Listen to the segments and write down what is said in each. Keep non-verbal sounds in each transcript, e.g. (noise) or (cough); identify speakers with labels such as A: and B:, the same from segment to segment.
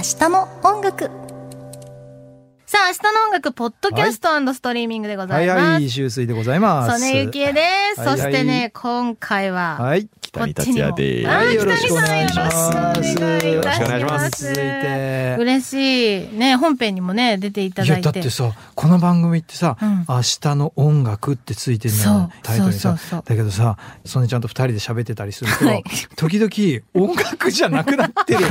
A: 音楽さあ明日の音楽ポッドキャストストリーミングでござ
B: はいい
A: ます、
B: はい、終水でございます。
A: 曽根ゆきえです、
B: はいはい
A: そしてね今回は、
B: はい。
A: こ
C: 北
A: っ
C: に
A: ち
C: 達
A: にも
C: 也です。
A: あー
B: よろしくお願いします。
A: 北谷さんよろしくお願いいたします
B: 続いて。
A: 嬉しいね本編にもね出ていた
B: い
A: だ
B: や
A: い
B: だ
A: て
B: ってさこの番組ってさ「
A: うん
B: 明日の音楽」ってついてる
A: そう
B: のタイトルにさ
A: そうそうそう
B: だけどさ曽根ちゃんと二人で喋ってたりすると、
A: はい
B: 時々音楽じゃなくなって
A: (laughs)
B: る
A: そう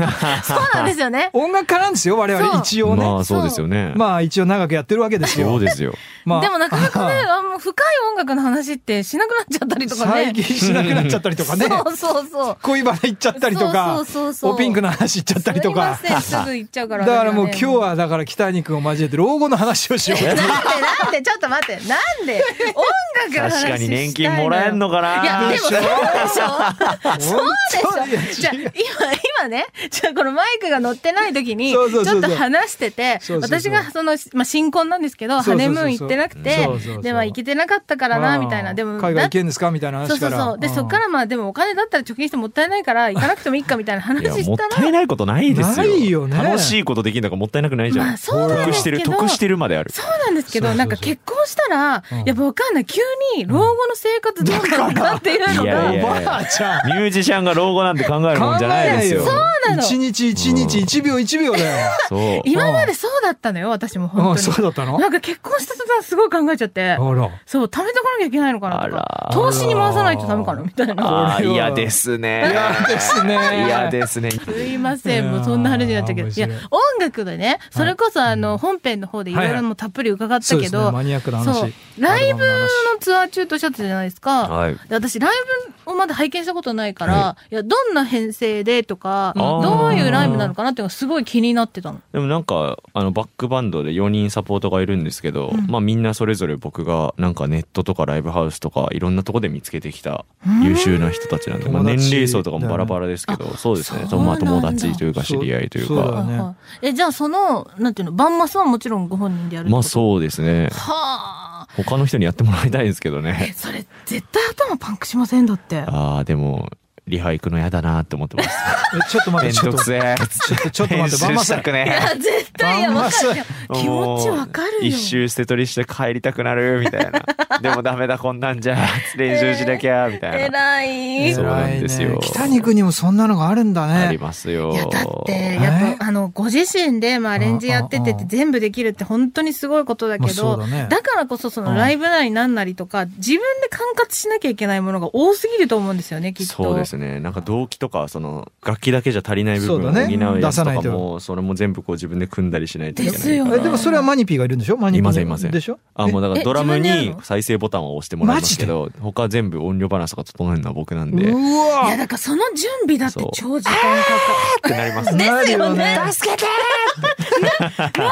A: なんですよ
B: (laughs)
A: ね
B: 音楽家なんですよ我
A: そう
B: 々一応ね、
C: ま
B: ま
C: あそうですよね
B: あ、。一応長くやってるわけです
C: そう
B: よ。
C: ですよ。
B: まあ
A: でもなかなかね、あもう深い音楽の話ってしなくなっちゃったりとかね
B: 再。現しなくなっちゃったりとかね
A: (laughs) そうそうそう。
B: 恋バナ行っちゃったりとか
A: そうそうそうそう
B: おピンクの話行っちゃったりとか
A: すいません、すぐ行っちゃうか
B: だ
A: ら。
B: からもう
A: あれ
B: 今
A: ね
B: 日。はだから北谷君を交えて老後の話をし
A: (laughs)
B: よう
A: なんでなんでちょっと待ってなんで音楽の話
C: 確かに年金もらえんのか
B: (laughs)
A: いや
C: な
A: でもそうでしょ
B: そう
A: そうでしょじゃあ今今ねじゃあこのマイクが乗ってない時にち
B: そ
A: ょ
B: うそうそうそう
A: っと話してて
B: そうそうそう
A: 私がその、まあ、新婚なんですけ
B: そ
A: どハ
B: うそう
A: ネ
B: そう
A: ムーン行ってなくて
B: そうそうそう
A: でまあ行けてなかったからなみたいなでも
B: 海外
A: だ
B: 行けんですかみたいな
A: そう
B: 話
A: そ
B: か
A: う
B: ら
A: そうでそっからまあでもお金だったら貯金してもったいないから行かなくてもいいかみたいな話
C: いやも
A: し
C: ったたい
A: ら
C: ないことないです
B: な
C: よ。
B: いよね
C: 楽しいことできるんだからもったいなくないじゃん。
A: まあそうなんで
C: 得
A: す
C: して
A: け
C: る
A: ど
C: 得してるまである。
A: そうなんですけど
B: そうそうそう
A: なんか結婚したら
B: うん
A: やっぱわかんない急に老後の生活どうなるかっていうの
C: いや
A: が
C: いや
B: おばあちゃん
C: ミュージシャンが老後なんて考えるもんじゃないですよ。
B: 考え
A: なの
B: 一日一日一秒一秒だよ。
C: そう。
A: 今までそうだったのよ私も
B: う
A: 本
B: ん、
A: 当
B: そうだったの
A: になんか結婚した途端すごい考えちゃって
B: あら。
A: そう貯めとかなきゃいけないのかなとか
C: あら
A: 投資に回さないとダメかなみたいな
C: ああ
B: これは
C: 嫌ですね。
B: 嫌ですね
C: 嫌ですね。
A: すいませんもうそんな話になっちゃうけど
B: い
A: い
B: や
A: や
B: ー
A: 音楽でねそれこそあの本編の方でいろいろもうたっぷり伺った
B: そうで
A: け
B: すね、
A: ど
B: マニアックな話。
A: そうライ
B: ア
A: ブ
B: ルバムの話
A: のツアー中とおっしゃってたじゃないですか。
C: はい。
A: で私ライブをまだ拝見したことないから、い、やどんな編成でとか
C: あー
A: どういうライブなのかなっていうのがすごい気になってたの。
C: でもなんかあのバックバンドで4人サポートがいるんですけど、
A: うん
C: まあみんなそれぞれ僕がなんかネットとかライブハウスとかいろんなとこで見つけてきた優秀な人たちなんで、まあ、
B: 友達
C: 年齢層とかもバラバラですけど、そうですね
A: そうなん
C: まあ
A: だ
C: 友達というか知り合いという
B: そうそうだ
C: か
B: よね
A: えじゃあそのなんていうのバンマスはもちろんご本人でやるってこと
C: まあそうですね
A: はあ
C: 他の人にやってもらいたいですけど
A: え
C: ね
A: それ絶対頭パンクしませんだって。
C: ああでもリハ行くの嫌だなって思ってます
B: え (laughs) ちょっと待
C: め
B: って、
C: ん
B: ちょっ
C: ど
B: と
C: く。せえ
B: ちょっとちょっと待って、バン
C: 編
B: マ
C: 集し
B: さ
C: た
B: ん。
C: く
A: い
C: ね
A: や絶対いや
B: バン
A: わ
B: マ
A: か
B: ス
A: るよ気持ちわかるよ
C: も。う一周捨て取りして帰りたくなるみ
A: (laughs)
C: たいなでもダメだこんなんじゃ練習しなきゃみたいな、
A: 偉い。
C: そうなんですよ
B: 偉いね北に国もそんなのがあるんだ
C: あ
B: ね。
C: りますよ。
A: いやだってやっぱあのご自身でまあアレンジやってて
B: うんうん
A: っ
B: う
A: て
B: ん
A: 全部できるって本当にすごいことだけ
B: まあ
A: ど、
B: そうだね
A: だからこそそ
B: うん
A: のライブなりなんなりとか自分で管轄しなきゃいけないものが多すぎると思うんですよねきっと。
C: そうですね。なんか動機とかその楽器だけじゃ足りない部分
B: そ
C: を
B: う
C: 補
B: だね
C: うやつと
B: 出さな
C: か
B: いと
C: もそれも全部こう自分で組んだりしないといけない
A: ですよ
C: か
A: ね
B: え
C: ら。
B: でもそれはマニピーがいるんでしょマニピー
C: いませんいません
B: でしょ
C: あもうだから
A: え
C: ドラム
A: 自分でや
C: に
A: るの
C: 再生ボタンを押してもらいますけど他は全部音量バランスとか整えるのは僕なん
B: え
C: でっ
B: う
A: いや
B: わ
A: だからその準備だって
C: そう
A: 超時間か
C: てなります
A: かる。
C: ね。
A: ですよね
B: なる。よね
A: 助けてーななるよ
C: なっ
A: ね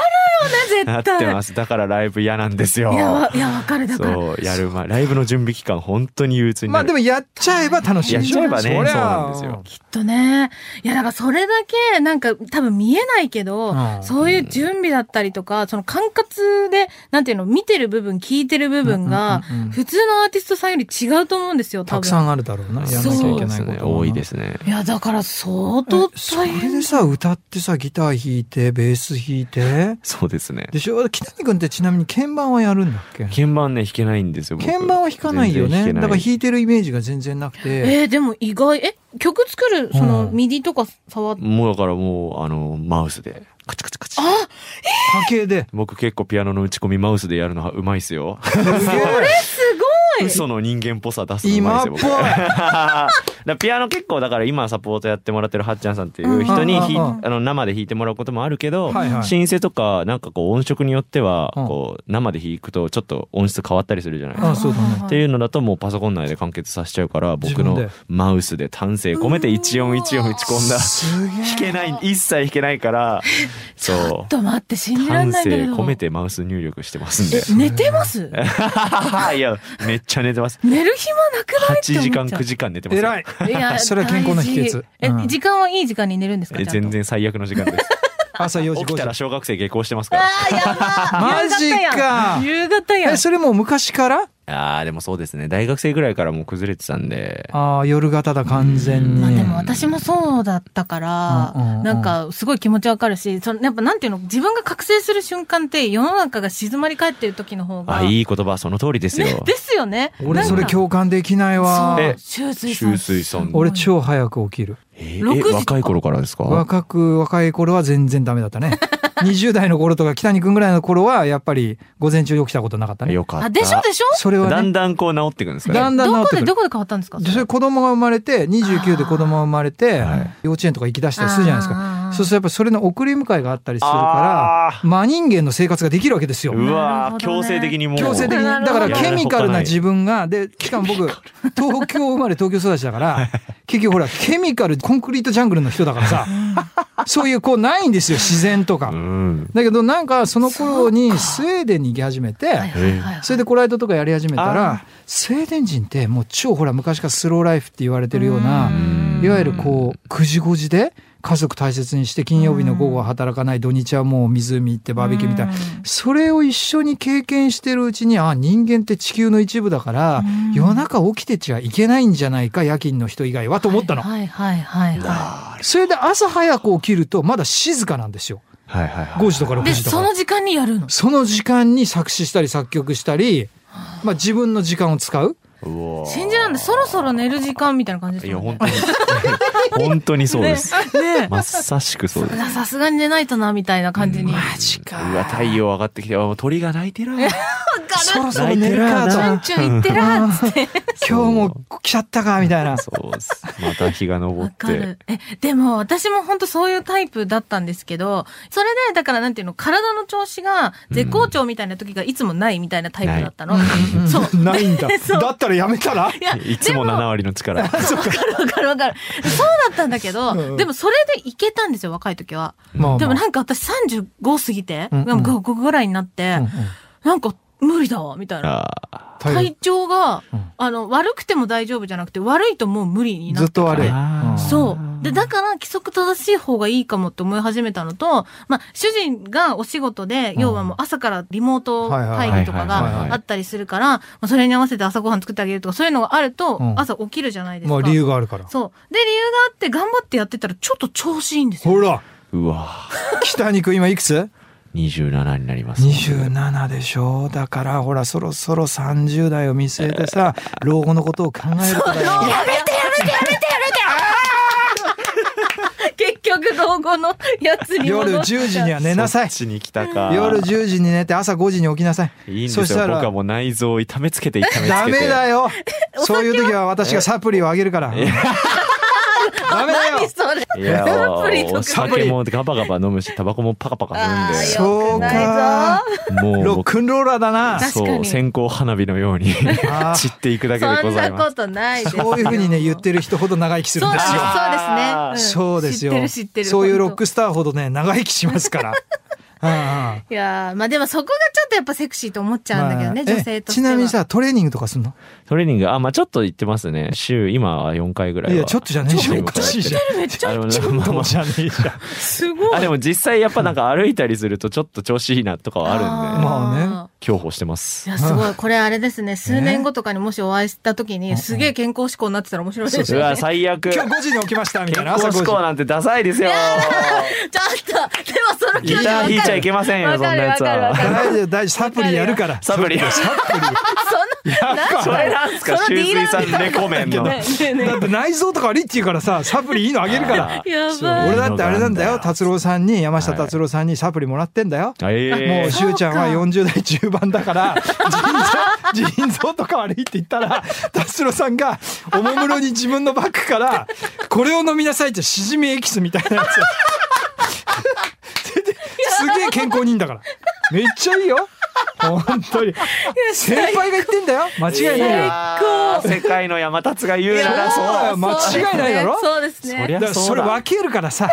A: 絶
C: て
A: 対。
C: ますだからライブ嫌なんですよ
A: いやわいやわかるだから。
C: そうやる前ライブの準備期間本当に憂鬱に
B: ま
C: な
B: あ
C: る、
B: でもやっちゃえば楽しい
C: やっ
B: でし
C: ち
B: ょ。
C: ゃえばね
B: そ
C: そう
B: りゃ
C: なんですよ
A: きっとね。いや、だからそれだけ、なんか多分見えないけど、
B: うん
A: そういう準備だったりとか、その管轄で、なんていうの、見てる部分、聞いてる部分が
B: うんうんうんうん、
A: 普通のアーティストさんより違うと思うんですよ、多
B: た
A: 分。
B: くさんあるだろうな。やらなきゃい
C: そ
B: け
C: うで
B: ない
C: す
B: こと
C: ね
B: はな
C: 多いですね
A: いや、だから相当
B: そ
A: 大
B: れ
A: 変
B: でさ歌ってさギター弾いてベース弾いて
C: そうですね
B: でしょ北谷君ってちなみに鍵盤はやるんだっけ
C: 鍵盤ね弾けないんですよ僕
B: 鍵盤は弾かないよ
C: 全
B: ね
C: 然
B: だか
C: 弾けな
B: ら
C: い
B: 弾いてるイメージが全然なくて
A: えー、でも意外、え、曲作る、その、
B: うん
A: ミディとか触って、
C: もうだからもうあのマウスでカチカチカチ
A: あ、
B: 波形で
C: 僕結構ピアノの打ち込みマウスでやるのはうまいっすよ
A: すごい
C: 嘘の人間っぽさ出すのうまいっ
B: 今っ
C: す
B: ぽい
C: よ僕だからピアノ結構だから今サポートやってもらってるはっちゃんさんっていう人に
B: うんうん
C: ひ
B: うん
C: あの生で弾いてもらうこともあるけど、
B: はいはい
C: シンセとかなんかこう音色によっては
B: うん
C: こう生で弾くとちょっと音質変わったりするじゃないですか
B: あそうだね
C: っていうのだともうパソコン内で完結させちゃうから
B: 自
C: 僕
B: 分で
C: のマウスで丹精込めて一音一音打ち込んだ
B: すげえ
C: 弾けない一切弾けないから
A: ちょ
C: そ
A: っ
C: う
A: と待って、信じられ
C: 丹
A: ないんだけ
C: 精
A: ど。
C: 込めてマウス入力してますんで
A: え、寝てます
C: (laughs) いやめっちゃ寝てます
A: 寝る暇なくないって思っちゃ
C: 8
A: う
C: 時間9時間寝てますよ
B: 偉い
A: い
B: (laughs)
A: や、
B: それは健康の秘訣
A: 大事え、
B: うん
A: 時間はいい時間に寝るんですか
C: え
A: ちゃんと
C: 全然最悪の時間です
A: (laughs)
B: 朝4時
C: 起きた
B: 5
C: ら
B: 時
C: 小学生下校してますから
A: あーやば
B: マジか
A: 夕方やん夕方やん
B: えそれもう昔から
C: ああでもそうですね大学生ぐらいからもう崩れてたんで
B: ああ、夜型だ、完全に。
A: まあでも私もそうだったから、
B: うんうんうん
A: なんかすごい気持ちわかるし、そのやっぱなんていうの、自分が覚醒する瞬間って世の中が静まり返ってる時の方が。
C: あいい言葉その通りですよ、
A: ねですよね。
B: 俺それ
A: 日
B: 共感できないわ。
A: そ
C: え
A: う、周水さん。
C: 周水さん
B: 俺超早く起きる。
C: え
A: 6時
C: え若い頃からですか
B: 若く、若い頃は全然ダメだった
C: (laughs)
B: ね。20代の頃とか北にくんぐらいの頃は、やっぱり午前中に起きたことなかったね。
C: よかった
A: あ、でしょでしょ
B: それは
C: だん
B: ね、
C: だんこう治っていくんですか
B: だ
C: ね
B: んだん
A: ど
B: 治っ
A: こ
B: て
A: で、
B: く
A: ど
B: る。
A: こで変わったんですか
B: でそれ子供が生まれて、29で子供が生まれて
C: はい、
B: 幼稚園とか行き出したりするじゃないですか。
A: か
B: そうするとやっぱそれの送り迎えがあったりするから、
C: あー
B: 真人間の生活ができるわけですよ。
C: うわ
A: な
C: ー
A: るほどね
C: 強制的にもう
B: 強制的にだ
A: なるほ
B: か
A: ど
B: らケミカルな自分がでしかも僕東京生まれ東京育ちだから結局ほらケミカルコンクリートジャングルの人だからさそういうこうないんですよ自然と
C: う
B: か。
C: ん
B: だけどなんかその頃にスウェーデンに行き始めて
A: はいはいはい
B: それでコライトとかやり始めた
C: あー
B: らスウェーデン人ってもう超ほら昔からスローライフって言われてるような。
A: ん
B: いわゆるこう9時5時で家族大切にして金曜日の午後は働かない土日はもう湖行ってバーベキューみたいな
A: うん
B: それを一緒に経験してるうちにあ人間って地球の一部だから
A: うん
B: 夜中起きてちゃいけないんじゃないか夜勤の人以外はと思ったの。
A: はいはいはいは
B: それで朝早く起きるとまだ静かなんですよ
C: はいはいはい
B: 5時とか6
A: い。で、
B: 時と
A: そ
B: か
A: の時間にやるの。
B: その時間に作詞したり作曲したり、まあ、自分の時間を使う
C: うわー
A: 信じらんない。そろそろ寝る時間みたいな感じです
C: い
A: よ
C: や
A: ね
C: 本当に本当に (laughs) そうです、
A: ね
C: まさしくそうです
A: ねさすがに寝ないとな、みたいな感じに。
B: ジ
C: うわ太陽上がってきてあもう鳥が鳴いてる
B: そろそろ寝るか
A: チ
B: と
A: ュンチュン言ってらーっつって。
B: 今日も来ちゃったかみたいな。
C: そうですまた日が昇
A: わ
C: っ
A: か
C: て
A: る。え、でも私も本当そういうタイプだったんですけど、それで、だからなんていうの、体の調子が絶好調みたいな時がいつもないみたいなタイプだったの。そう。
B: ないんだ。
A: (laughs) そう
B: だったらやめたら
A: いや、
C: いつも
A: で
C: 7割の力
A: そうわかるわかるわかる。そうだったんだけど、
B: うん
A: でもそれでいけたんですよ、若い時は。
B: まあ
A: でも
B: まあ
A: なんか私35過ぎて、
B: うんうん
A: なんか5ぐらいになって、
B: うんうん
A: なんか無理だわ、みたいな。
C: あー
A: 体調が、
B: うん
A: あの、悪くても大丈夫じゃなくて、悪いともう無理にな
B: ず
A: っ
B: ってと悪い。
C: あー
B: うん
A: そう。で、だから規則正しい方がいいかもって思い始めたのと、まあ、主人がお仕事で、
B: ん
A: 要はもう朝からリモート会議とか
C: はいはいはいはいはい
A: があったりするから、まあそれに合わせて朝ごはん作ってあげるとか、そういうのがあると
B: う、ん
A: 朝起きるじゃないです
B: ま
A: か。
B: あ理由があるから。
A: そう。で、理由があって頑張ってやってたら、ちょっと調子いいんですよ。
B: ほら、
C: うわ
B: 北肉今いくつ
C: 27になります
B: 27でしょだからほらそろそろ30代を見据えてさ老後のことを考えるからよ
A: やめてやめてやめてやめて結局、老後のやつに戻っ
B: 夜
A: ちゃう
B: 10時には寝なさい
C: そっちに来たか
B: 夜10時に寝て朝5時に起きなさい
C: いいんです
B: そ
C: よ
B: したら
C: 僕はもう内臓を痛めつけて痛めつけて
B: ダメだよそういう時は私がサプリをあげるから
C: え
B: ダメだよ
A: 何それ。
C: いや
A: サプリとか
C: お酒もガバガバ飲むしタバコもパカパカ
A: ああ、
C: 飲
B: そ
A: よ
B: う
A: くない
B: か
A: ぞ。
C: んでもう
B: ロッ
C: 僕
B: クンローラーだな
A: 確か
C: そ
A: に
C: う線香花火のように
B: あー
C: 散っていくだけで
A: そ
C: ご
A: ん
C: ざい
A: な
C: ま
A: こ
C: す
A: とないですよ
B: そういうふうにね言ってる人ほど長生きするんですよ
A: そうです
B: そ
A: そう
B: う
A: で
B: ですす
A: ね、
B: よ
A: ん知ってる知ってる
B: そういうロッ
A: 本
B: クスターほどね長生きしますからうんうん
A: 当いやーまあでもそこがちょっとやっぱセクシーと思っちゃうんだけどね、
B: まあ
A: 女性と
B: え
A: して
B: ち
A: は
B: なみにさトレーニングとかすんの
C: トレーニングあまあちょっと行ってますね週今は4回ぐらい
B: い
C: は
B: やちょっとじゃねえじゃんおかしいじゃん
A: めっちゃ
C: あでもまあまあ
B: ゃねえじゃ (laughs) ん
A: すご
C: あ
A: い
C: でも実際やっぱなんか歩いたりするとちょっと調子いいなとかはあるん
A: ー
C: で
B: まあね
C: 競歩してます
A: いやすごいこれあれですね数年後とかにもしお会いした時に、
B: え
A: すげえ健康志向になってたら面白いです
C: う
A: よ
C: わ
A: ねちょっ
C: 最悪
B: 今日5時に起きましたみたい
C: 健
B: な朝
C: 康
B: 5
C: 志
B: 時
C: 向なんてダサいですよ
A: とでもその気
C: ギ
A: 持ち
C: ター
A: わか
C: 弾
A: る
C: いちゃいけませんよそ
A: わか
C: んな
A: る
C: や
A: わ
C: つ
A: かるわか
C: は
A: る
B: 大丈夫大丈夫サプリやる (laughs) から
C: サプリ
B: それサプ
A: そんな
C: それなんすか
A: その
C: 修
A: ディーラ
C: 水
A: ー
C: さんレコメンの
A: ねね
B: リだって内臓とか悪いって言うからさサプリいいのあげるから (laughs)
A: ねやばい
B: 俺だってあれなんだよ達郎さんに山下
C: はい
B: 達郎さんにサプリもらってんだよ、もう
C: えー
B: しゅうちゃんは
A: そう
B: 40代中盤だから腎臓腎臓とか悪いって言ったら達郎さんがおもむろに自分のバッグからこれを飲みなさいってしじみエキスみたいなやつをすげえ健康にいいんだからめっちゃいいよ本当に先輩が言ってんだよ間違いないよ
C: あー世界の山達が言う
A: い
C: な
A: や
C: らそう
B: だよ間違いないだろ
A: そうですねそうで
B: だ
A: すね
C: そりゃ
B: からそれ分けるからさ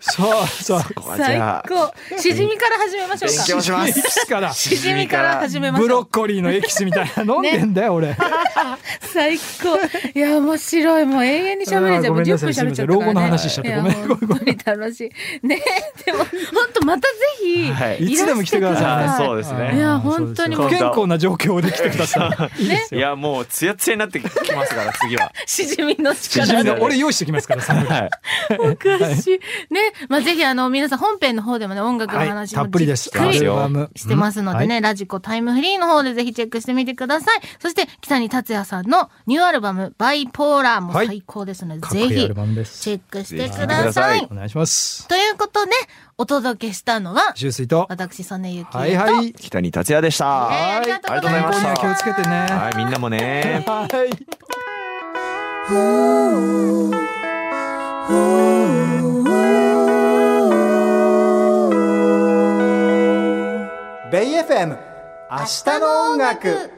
B: そそうそう。
C: こはじ
A: 最
C: ゃあ
A: 高。しじみから始めましょう
C: 勉強
A: か。
C: します
B: エキス
A: (laughs)
B: から
A: しじみから始めましょ
B: ブ
A: う。
B: ロッコリーのエキスみたいなの飲んでんだよ、俺。
A: 最高。いや、面白い。もう永遠に喋れちゃ
B: あー
A: う。
B: ご
A: も
B: め
A: う
B: ん
A: 10
B: なさい
A: 分喋っちゃったから、ね。
B: 老後の話しちゃってごめん
A: いや本当に楽しい。ねでも、本当またぜひ、
C: はい
B: いつでも来てください
A: ら
C: あ
A: し
C: ー
A: て
C: そうです
A: い
C: ね
A: や本当に
B: 不健康な状況で来てください。いいです
C: い
B: よ。
C: やもうツヤツヤになってきますから次は
A: しじみの
B: し
A: 力
B: じみ
A: で
B: の俺用意してきますから、さ
C: (laughs) はい
A: おかしい。ね。まあ、ぜひ、あの、皆さん本編の方でもね、音楽の
B: は
A: 話
B: い、た
A: も
B: っぷりです。
A: じっく
C: は
A: り
C: い
B: ム
A: してますのでね、。ラジコタイムフリーの方でぜひチェックしてみてください。そして、北谷達也さんのニューアルバム、バイポーラーも
B: はい
A: 最高ですので、
B: かっこ
A: ぜ
B: いいア
A: ひ
B: ル、バムです。
A: チェックしてく
C: ぜひ聞いてく
A: だ
C: だ
A: さ
C: さ
A: い
C: い。
B: お願いします。
A: ということで、お届けしたのは、
B: ジュースイと。
A: 私、曽根ゆきえと、
B: はいはい。
C: 北に達也でした
A: ねありがとうございました
B: 健康には気をつけてね。
C: はいみんなもね
B: はい。
D: ベイ FM 明日の音楽